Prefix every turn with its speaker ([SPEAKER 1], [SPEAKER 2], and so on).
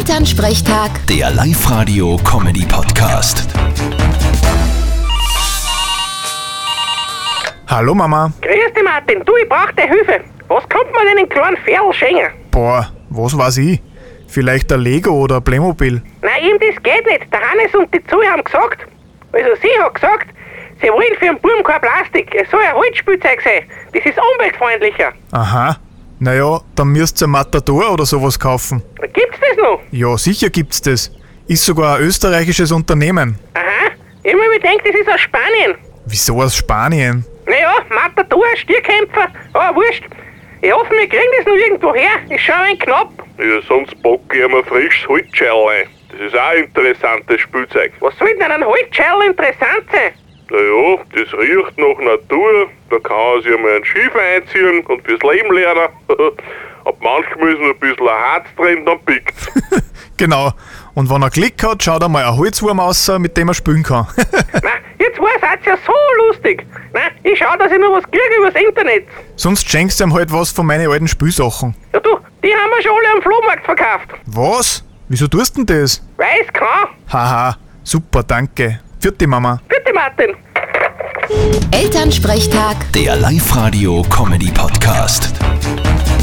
[SPEAKER 1] Elternsprechtag,
[SPEAKER 2] Der Live-Radio-Comedy-Podcast.
[SPEAKER 3] Hallo Mama.
[SPEAKER 4] Grüß dich, Martin. Du, ich brauch deine Hilfe. Was kommt man denn einen kleinen Ferl schenken?
[SPEAKER 3] Boah, was weiß ich? Vielleicht ein Lego oder ein Playmobil.
[SPEAKER 4] Nein, ihm das geht nicht. Der Hannes und die Zoe haben gesagt. Also, sie hat gesagt, sie wollen für den Buben kein Plastik. Es soll ein Holzspielzeug sein. Das ist umweltfreundlicher.
[SPEAKER 3] Aha. Naja, dann müsst ihr Matador oder sowas kaufen.
[SPEAKER 4] Gibt's das noch?
[SPEAKER 3] Ja, sicher gibt's das. Ist sogar ein österreichisches Unternehmen.
[SPEAKER 4] Aha. Ich hab mir gedacht, das ist aus Spanien.
[SPEAKER 3] Wieso aus Spanien?
[SPEAKER 4] Naja, Matador, Stierkämpfer, aber wurscht. Ich hoffe, wir kriegen das noch irgendwo her. Ist schon ein knapp.
[SPEAKER 5] Ja, sonst packe ich ihm ein frisches Holzschell ein. Das ist auch ein interessantes Spielzeug.
[SPEAKER 4] Was soll denn an einem Holzschall interessant sein?
[SPEAKER 5] Na ja, das riecht nach Natur. Da kann er sich einmal einen Schiefer einziehen und fürs Leben lernen. Ab manchmal ist noch ein bisschen ein Harz drin, dann pickt's.
[SPEAKER 3] Genau. Und wenn er Klick hat, schaut er mal ein Holzwurm aus, mit dem er spülen kann.
[SPEAKER 4] Na, ihr zwei seid ja so lustig. Na, ich schau, dass ich noch was kriege übers Internet.
[SPEAKER 3] Sonst schenkst du ihm halt was von meinen alten Spülsachen.
[SPEAKER 4] Ja du, die haben wir schon alle am Flohmarkt verkauft.
[SPEAKER 3] Was? Wieso tust du denn das?
[SPEAKER 4] Weiß kann.
[SPEAKER 3] Haha, super, danke. Vierte Mama.
[SPEAKER 4] Bitte Martin.
[SPEAKER 1] Elternsprechtag.
[SPEAKER 2] Der Live-Radio-Comedy-Podcast.